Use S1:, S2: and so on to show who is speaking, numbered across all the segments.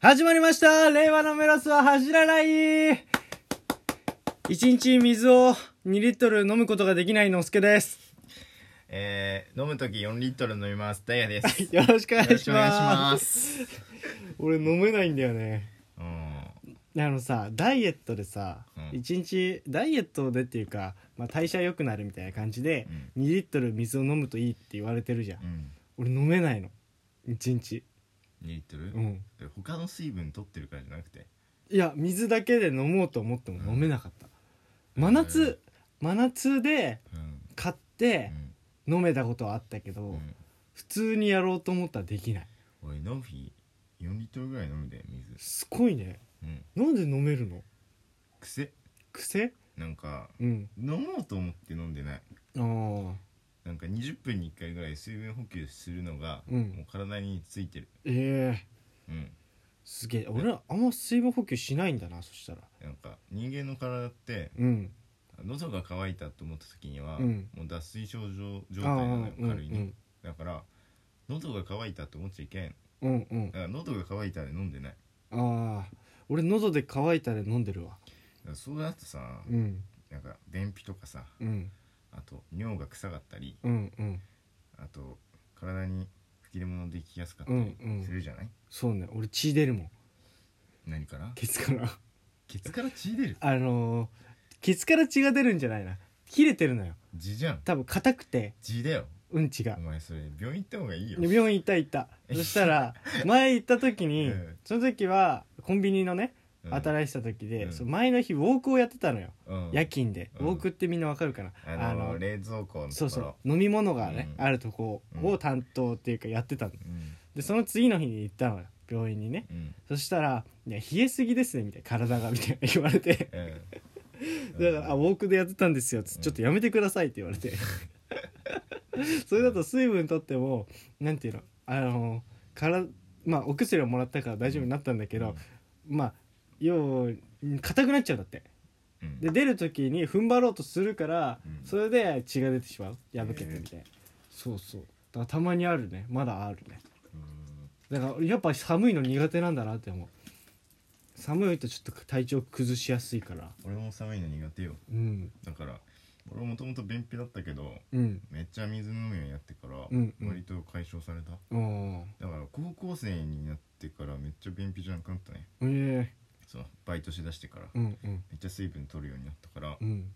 S1: 始まりました令和のメロスは走らない一日水を2リットル飲むことができないのすけです。
S2: えー、飲むとき4リットル飲みます。ダイヤです。よ
S1: よろしくお願いします。
S2: ろしくお願いします。
S1: 俺飲めないんだよね。
S2: うん。
S1: あのさ、ダイエットでさ、
S2: うん
S1: 一日、ダイエットでっていうか、まあ、代謝良くなるみたいな感じで、2リットル水を飲むといいって言われてるじゃん。
S2: うん。
S1: 俺飲めないの。一日。
S2: 2リットル、
S1: うん。
S2: 他の水分取ってるからじゃなくて。
S1: いや水だけで飲もうと思っても飲めなかった、
S2: うん
S1: 真夏真夏で
S2: うん。
S1: 買っ
S2: う
S1: て
S2: ん
S1: 飲めたことはあったけど、
S2: うん。
S1: 普通にやろうと思ったらできない
S2: 俺、飲む日4リットルぐらい飲むで、水。
S1: すごいね
S2: うん。
S1: なんで飲めるの
S2: 癖
S1: 癖
S2: なんか、
S1: うん
S2: 飲もうと思って飲んでない。
S1: ああ
S2: なんか20分に1回ぐらい水分補給するのが、
S1: うん
S2: もう体についてる。
S1: ええ
S2: うん。
S1: すげえ俺はあんま水分補給しないんだなそしたら
S2: なんか、人間の体って、
S1: うん
S2: 喉が渇いたと思った時には、
S1: うん
S2: もう脱水症状状態
S1: ああ
S2: な
S1: う
S2: の
S1: ん
S2: よ
S1: う
S2: 軽いね、
S1: ん
S2: だから喉が渇いたと思っちゃいけん
S1: うんうん
S2: だから喉が渇いたら飲んでない
S1: ああ俺喉で渇いたら飲んでるわ
S2: だからそうだとさ、
S1: うん
S2: なんか便秘とかさ
S1: うん
S2: あと尿が臭かったり
S1: うんうん
S2: あと体に吹き出物できやすかった
S1: う
S2: り
S1: んうん
S2: するじゃない、
S1: そうね俺血出るもん
S2: 何から
S1: ケツから
S2: ケツから血出る
S1: あのー、ケツから血が出るんじゃないな切れてるのよ
S2: 血じゃん
S1: 多分硬くて
S2: 血だよ
S1: うんちが
S2: お前それ病院行った方がいいよ
S1: で病院行った行 ったそしたら前行った時に、
S2: うん
S1: その時はコンビニのね
S2: うん
S1: 働いてた時で、
S2: うん
S1: その前の日ウォークをやってたのよ、
S2: うん
S1: 夜勤で、
S2: うん
S1: ウォークってみんなわかるかな
S2: あの冷蔵庫のところ
S1: そうそう飲み物がね、
S2: うん
S1: あるとこを担当っていうかやってたの
S2: うん
S1: でその次の日に行ったのよ病院にね
S2: うん
S1: そしたら「いや冷えすぎですね」みたいな体がみたいな言われて
S2: うん
S1: だから、あ、ウォークでやってたんですよ。つちょっとやめてくださいって言われて。 それだと水分取っても、なんていうの、あの、から、まあ、お薬をもらったから大丈夫になったんだけど、まあ、要、硬くなっちゃうんだって。
S2: うん
S1: で、出る時に踏ん張ろうとするから、
S2: うん
S1: それで血が出てしまう。破けてみたいな。そうそう。だからたまにあるね。まだあるね。
S2: うん
S1: だから、やっぱ寒いの苦手なんだなって思う。寒いとちょっと体調崩しやすいから。
S2: 俺も寒いの苦手よ
S1: うん。
S2: だから俺もともと便秘だったけど
S1: うん。
S2: めっちゃ水飲むようになってから
S1: うんうん
S2: 割と解消された、
S1: うん。
S2: だから高校生になってからめっちゃ便秘じゃなくなったね
S1: え
S2: そのバイトしだしてから
S1: え
S2: め
S1: うんうん
S2: っちゃ水分取るようになったから
S1: うん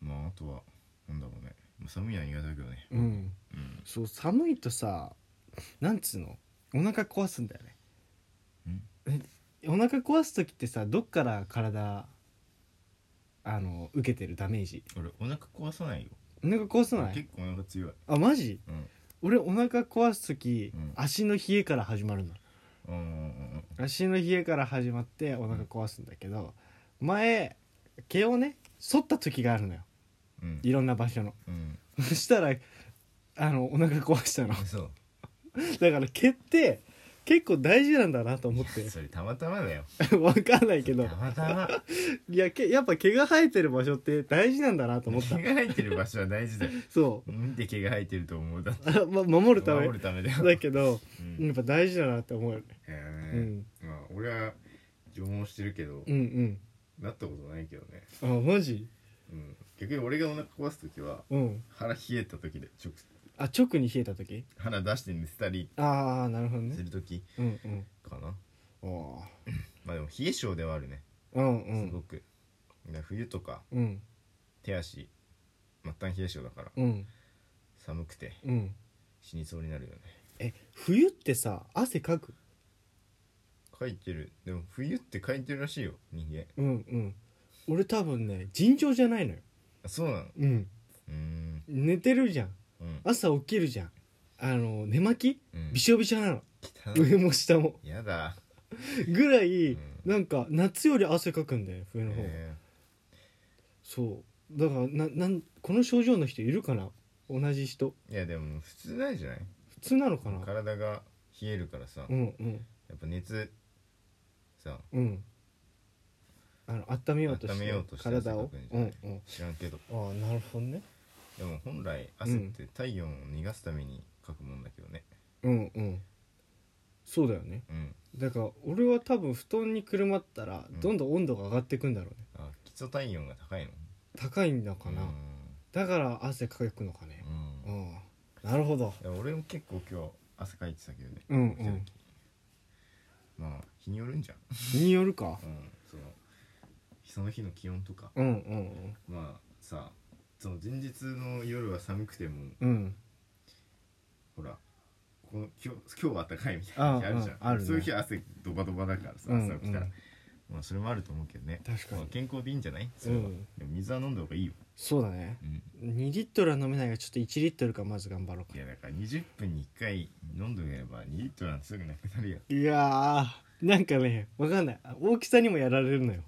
S2: まああとはなんだろうねまあ寒いのは苦手だけどね
S1: うん
S2: うん
S1: そう寒いとさなんつうのお腹壊すんだよねお腹壊す時ってさどっから体あの受けてるダメージ
S2: 俺お腹壊さないよ
S1: お腹壊さな
S2: 俺
S1: い
S2: 結構お腹強い
S1: あマジ
S2: うん
S1: 俺お腹壊す時、
S2: うん
S1: 足の冷えから始まるの
S2: うんうん
S1: 足の冷えから始まってお腹壊すんだけど前毛をね剃った時があるのよ
S2: うん
S1: いろんな場所の
S2: うん
S1: そしたらあのお腹壊したの
S2: うんそう
S1: だから毛って結構大事なんだなと思っ
S2: それたまたまだよ
S1: て わかんないけど
S2: たまたま
S1: いやけやっぱ毛が生えてる場所って大事なんだなと思 った
S2: 毛が生えてる場所は大事だよ
S1: そう
S2: なんで毛が生えてると思うだって
S1: あ、 ま、守るため
S2: 守るためだよ
S1: だけど
S2: うん
S1: やっぱ大事だなって思うよね、
S2: え
S1: う
S2: ー
S1: ん、
S2: まあ俺は縄文してるけど、
S1: うん
S2: なったことないけどね、
S1: うんあマジ
S2: うん、逆に俺がお腹壊す時は
S1: うん
S2: 腹冷えた時で直
S1: あ直に冷えた時
S2: 腹出して寝てたり
S1: ああなるほど
S2: す
S1: ね
S2: る時
S1: うんうん
S2: かな、
S1: おー
S2: まあでも冷え性ではあるね
S1: うんう
S2: すご
S1: ん
S2: く、だから冬とか
S1: うん
S2: 手足末端冷え性だから
S1: うん
S2: 寒くて
S1: うん
S2: 死にそうになるよね
S1: え冬ってさ汗かく
S2: 書いてるでも冬って書いてるらしいよ人間
S1: うんうん俺多分ね尋常じゃないのよ
S2: あそうなの
S1: うん
S2: うーん
S1: 寝てるじゃん
S2: うん
S1: 朝起きるじゃんあの寝巻き
S2: うん
S1: びしょびしょなの、
S2: 汚い
S1: 上も下も
S2: やだ
S1: ぐらい、
S2: うん
S1: なんか夏より汗かくんだよ冬の方、
S2: え
S1: そうだからななんこの症状の人いるかな同じ人
S2: ーいやでも普通ないじゃない
S1: 普通なのかな
S2: 体が冷えるからさ、
S1: うんうん
S2: やっぱ熱さ
S1: うんあの温めようとして
S2: 温めようとして
S1: 体を
S2: 汗かくんじ
S1: う
S2: ゃなんい知らんけど
S1: うんああなるほどね
S2: でも本来汗って体温を逃がすためにかくもんだけどね
S1: うんうんそうだよね
S2: うん
S1: だから俺は多分布団にくるまったら
S2: うん
S1: どんどん温度が上がっていくんだろうね
S2: あ基礎体温が高いの
S1: 高いんだかな、
S2: うん
S1: だから汗かくのかね
S2: うん
S1: うんなるほど
S2: いや俺も結構今日汗かいてたけどね
S1: うんうん
S2: 起きた時まあ日によるんじゃん、
S1: 日によるか
S2: うん、そのその日の気温とか
S1: うんうん
S2: まあさその前日の夜は寒くても
S1: うんうん
S2: ほらこの今日今日は暖かいみたいな日あるじゃん
S1: あああるね
S2: そういう日は汗ドバドバだからさ
S1: うん
S2: 朝起きたら、
S1: うん
S2: まあそれもあると思うけどね
S1: 確か
S2: まあ
S1: に
S2: 健康でいいんじゃないそれは、
S1: うん
S2: でも水は飲んだ方がいいよ、
S1: そうだね
S2: うん、
S1: 2リットルは飲めないがちょっと1リットルからまず頑張ろうか
S2: いやだから20分に1回飲んどければ2リットルなんてすぐなくなるよ
S1: いやーなんかねわかんない大きさにもやられるのよ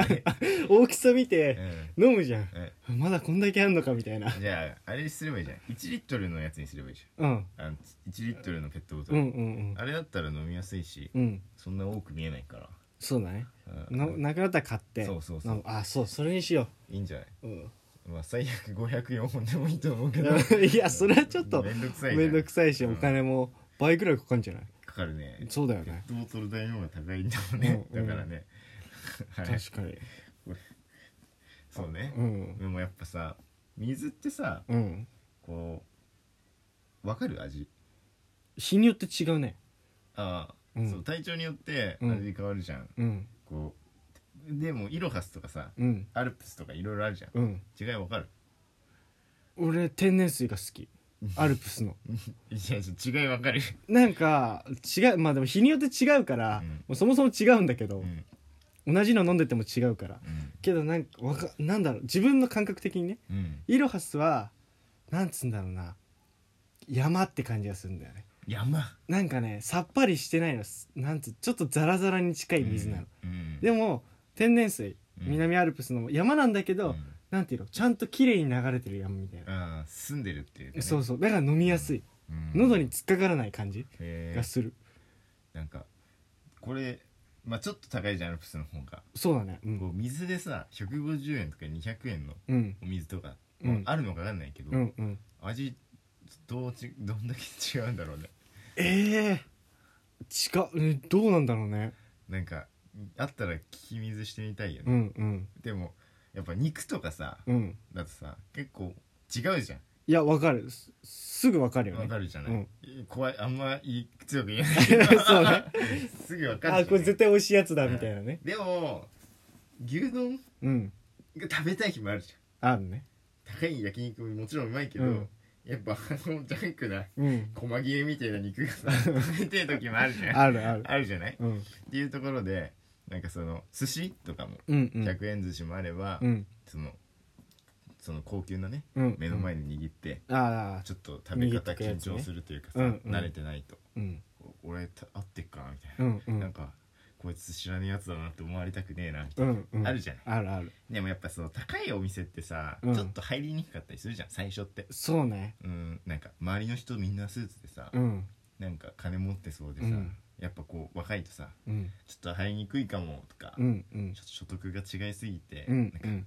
S2: それ
S1: 大きさ見
S2: う
S1: て
S2: ん
S1: 飲むじゃん
S2: うん
S1: まだこんだけあんのかみたいな
S2: じゃああれすればいいじゃん1リットルのやつにすればいいじ
S1: うん
S2: ゃんあの1リットルのペットボト
S1: うん
S2: ル、
S1: うん
S2: あれだったら飲みやすいし、
S1: うんうん
S2: そんな多く見えないから
S1: そうだね
S2: うん
S1: のなくなったら買って
S2: そうそうそう
S1: 飲むあそうそれにしよ、
S2: いいんじゃないう
S1: うん、
S2: まあ最悪504本でもいいと思う けど
S1: いやそれはちょっと
S2: めんどくさいじ
S1: め
S2: ゃ
S1: んどくさいし
S2: うん
S1: お金も倍ぐらいかかるんじゃない
S2: かかるね
S1: そうだよ
S2: ペ
S1: ね
S2: ットボトル代の方が高いんだもんね、
S1: うんうん
S2: だからねはい
S1: 確かに
S2: そうね
S1: う、ん
S2: でもやっぱさ水ってさ
S1: うん
S2: こうわかる味
S1: 日によって違うね
S2: ああ、
S1: うん
S2: そう体調によって
S1: うん
S2: 味変わるじゃん、
S1: うん
S2: こうでもイロハスとかさ
S1: うん
S2: アルプスとかいろいろあるじゃん
S1: うん
S2: 違いわかる
S1: 俺天然水が好きアルプスの
S2: いやいや違いわかる、
S1: なんか違うまあでも日によって違うから、
S2: うん
S1: もうそもそも違うんだけど
S2: う、ん
S1: 同じの飲んでても違うから
S2: うん
S1: けどなんかわかなんだろう自分の感覚的にね
S2: うん、
S1: イロハスはなんつうんだろうな山って感じがするんだよね
S2: 山
S1: なんかねさっぱりしてないのすなんつうちょっとザラザラに近い水なの、、
S2: うんうん、
S1: でも天然水
S2: うん
S1: 南アルプスの山なんだけど、
S2: うん
S1: なんていうのちゃんと綺麗に流れてる山みたいな、
S2: ああ住んでるっていうかね、
S1: そうそうだから飲みやすい、
S2: うん
S1: 喉に突っかからない感じ
S2: へ
S1: が
S2: え
S1: する、
S2: なんかこれまあちょっと高いじゃんアルプスの方が、
S1: そうだねう
S2: こ
S1: ん
S2: う水でさ150円とか200円の
S1: うん
S2: お水とか、
S1: うん
S2: まああるのかわかんないけど、
S1: うんうん
S2: 味どうち どんだけ違うんだろうね
S1: ええー、違ううんどうなんだろうね
S2: なんかあったら利き水してみたいよ
S1: う
S2: ね、
S1: んうん
S2: でもやっぱ肉とかさ
S1: うん
S2: だとさ結構違うじゃん
S1: いやわかるすすぐわかるよね
S2: わかるじゃない、
S1: うん
S2: 怖いあんまい強く言えない けど
S1: そうね
S2: すぐわかるじゃん
S1: あこれ絶対美味しいやつだみたいなね
S2: でも牛丼が
S1: うん
S2: 食べたい日もあるじ
S1: あるね
S2: ゃん高い焼肉ももちろんうまいけど、
S1: うん
S2: やっぱあのジャンクな
S1: うん
S2: 細切れみたいな肉がさ食べてえ時もあるじゃん
S1: あるある
S2: あるじゃない
S1: うん
S2: っていうところでなんかその寿司とかも
S1: うんうん
S2: 100円寿司もあれば、
S1: うん
S2: そのその高級なね
S1: うん
S2: 目の前に握って、
S1: ああ
S2: ちょっと食べ
S1: 握っ
S2: 方
S1: とくや
S2: 緊
S1: つね
S2: 張するというかさ、
S1: うんうん
S2: 慣れてないと
S1: うん
S2: お俺た合ってっかなみたいな
S1: う、んう
S2: なん
S1: ん
S2: かこいつ知らねえやつだなって思われたくねえなみたいな、
S1: うんうん
S2: あるじゃない
S1: あるある
S2: でもやっぱその高いお店ってさ、
S1: うん
S2: ちょっと入りにくかったりするじゃん最初って
S1: そうね
S2: うんなんか周りの人みんなスーツでさ、
S1: うん
S2: なんか金持ってそうでさ、
S1: うん
S2: やっぱこう若いとさ
S1: うん
S2: ちょっと入りにくいかもとか、
S1: うんうん
S2: ちょっと所得が違いすぎて、
S1: うんう
S2: なんか
S1: ん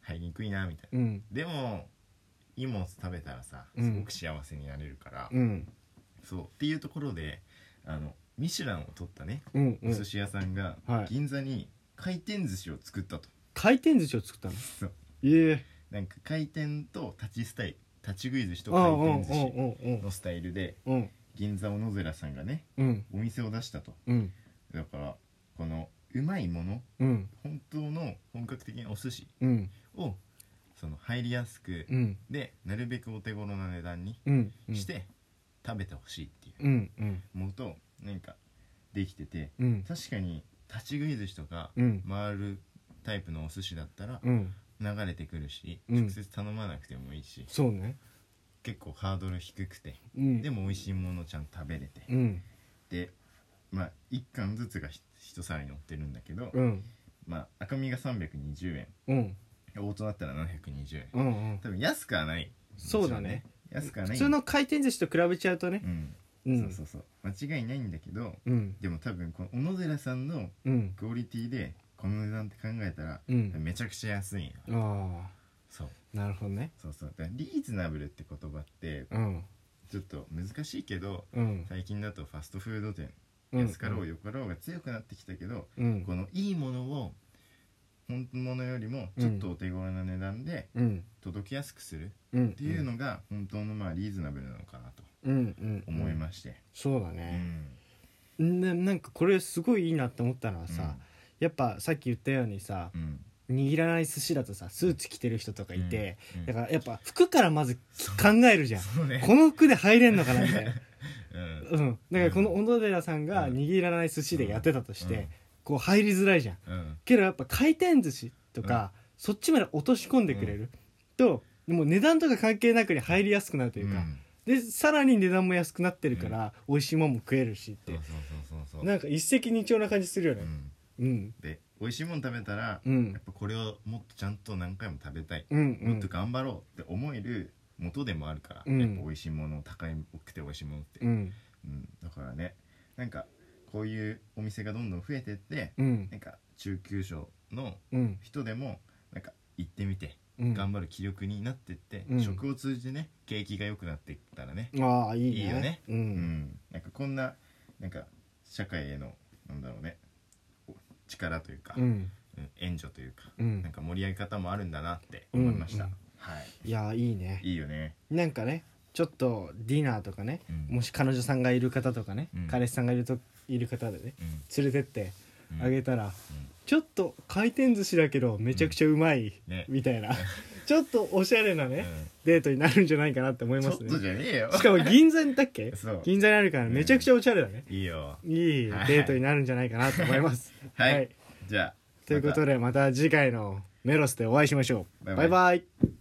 S2: 入りにくいなみたいな
S1: うん
S2: でもいいもの食べたらさ
S1: うん
S2: すごく幸せになれるから、
S1: うん
S2: そうっていうところであのミシュランを取ったね
S1: うんう
S2: お
S1: ん
S2: 寿司屋さんが
S1: はい
S2: 銀座に回転寿司を作ったと、
S1: 回転寿司を作ったの
S2: そう
S1: いえ
S2: なんか回転と立ちスタイル立ち食い寿司と
S1: ああう
S2: 回
S1: ん
S2: 転
S1: う
S2: 寿司
S1: んうん
S2: のスタイルで
S1: うん
S2: 銀座小野寺さんがね
S1: うん
S2: お店を出したと
S1: うん
S2: だからこのうまいもの
S1: うん
S2: 本当の本格的なお寿司
S1: うん
S2: をその入りやすく
S1: うん
S2: でなるべくお手頃な値段に
S1: うんうん
S2: して食べてほしいっていう
S1: うんうん
S2: ものとなんかできてて
S1: うん
S2: 確かに立ち食い寿司とか
S1: うん
S2: 回るタイプのお寿司だったら
S1: うん
S2: 流れてくるし
S1: うん
S2: 直接頼まなくてもいいし
S1: そうね
S2: 結構ハードル低くて
S1: うん
S2: でも美味しいものちゃんと食べれて
S1: うん
S2: でまあ1貫ずつがひ一皿に乗ってるんだけど
S1: うん
S2: まあ赤身が320
S1: う
S2: 円
S1: ん
S2: 大人だったら720円
S1: うんうん
S2: 多分安くはない
S1: そうだね
S2: 安くはな
S1: 普
S2: い
S1: 通の回転寿司と比べちゃうとね
S2: うん
S1: うん
S2: そうそうそう間違いないんだけど
S1: うん
S2: でも多分この小野寺さんの
S1: うん
S2: クオリティでこの値段って考えたら、
S1: うん
S2: めちゃくちゃ安いんよ
S1: あ
S2: そう
S1: あなるほどね
S2: そうそうだからリーズナブルって言葉って
S1: うん
S2: ちょっと難しいけど
S1: うん
S2: 最近だとファストフード店
S1: うん
S2: 安かろうよかろうが強くなってきたけど、
S1: うん
S2: このいいものを本物よりもちょっとお手頃な値段で
S1: うん
S2: 届きやすくする
S1: うん
S2: っていうのが本当のまあリーズナブルなのかなと
S1: うんうん
S2: 思い
S1: す
S2: まして、
S1: そうだ
S2: う
S1: ね、
S2: ん
S1: ななんかこれすごいいいなって思ったのはさ、やっぱさっき言ったようにさ
S2: うんうん
S1: 握らない寿司だとさスーツ着てる人とかいて、
S2: うん
S1: だからやっぱ服からまず考えるじゃん
S2: そうね
S1: この服で入れんのかなみ たいな
S2: うん
S1: うんだからこの小野寺さんが
S2: うん
S1: 握らない寿司でやってたとして、
S2: うん
S1: こう入りづらいじゃん
S2: うん
S1: けどやっぱ回転寿司とか、そっちまで落とし込んでくれる、ともう値段とか関係なくに入りやすくなるというか、
S2: ん
S1: でさらに値段も安くなってるから、美味しいもんも食えるしっ
S2: そう
S1: て
S2: そうそうそうそう
S1: なんか一石二鳥な感じするよ
S2: う
S1: ね
S2: ん
S1: うん
S2: で美味しいもの食べたら、
S1: う
S2: や
S1: ん
S2: っぱこれをもっとちゃんと何回も食べたい、
S1: うんう
S2: もっと
S1: ん
S2: 頑張ろうって思える元でもあるから、
S1: うん
S2: やっぱ美味しいもの高い多くて美味しいものって、
S1: うん
S2: うんだからねなんかこういうお店がどんどん増えてって、
S1: うん
S2: なんか中級者の
S1: うん
S2: 人でもなんか行ってみて、
S1: うん
S2: 頑張る気力になってって、
S1: うん
S2: 食を通じてね景気が良くなっていったらね、
S1: ああいいね
S2: いいよね
S1: う
S2: うんんなんかこんななんか社会へのなんだろうねお力というか、
S1: うん
S2: うん援助というか、
S1: うん
S2: なんか盛り上げ方もあるんだなって思いまし
S1: う
S2: た、
S1: んうん
S2: はい
S1: いやいいね
S2: いいよね
S1: なんかねちょっとディナーとかね、
S2: うん
S1: もし彼女さんがいる方とかね、
S2: うん
S1: 彼氏さんがいるといる方でね
S2: うん
S1: 連れてって
S2: うん
S1: あげたら、ちょっと回転寿司だけどめちゃくちゃうまい、
S2: ね
S1: みたいな ちょっとおしゃれなね、
S2: うん
S1: デートになるんじゃないかなって思い
S2: ち
S1: ま
S2: ょっ
S1: す
S2: と
S1: ね
S2: じゃねえよ
S1: しかも銀座にだっけ
S2: そう
S1: 銀座にあるから
S2: うん
S1: めちゃくちゃおしゃれだね、
S2: いいよ
S1: いいデ
S2: はい
S1: ートになるんじゃないかなと思います
S2: はいじゃあ
S1: というこ
S2: また
S1: とでまた次回のメロスでお会いしましょう
S2: バ
S1: バ
S2: イバ
S1: イ
S2: イ
S1: バイ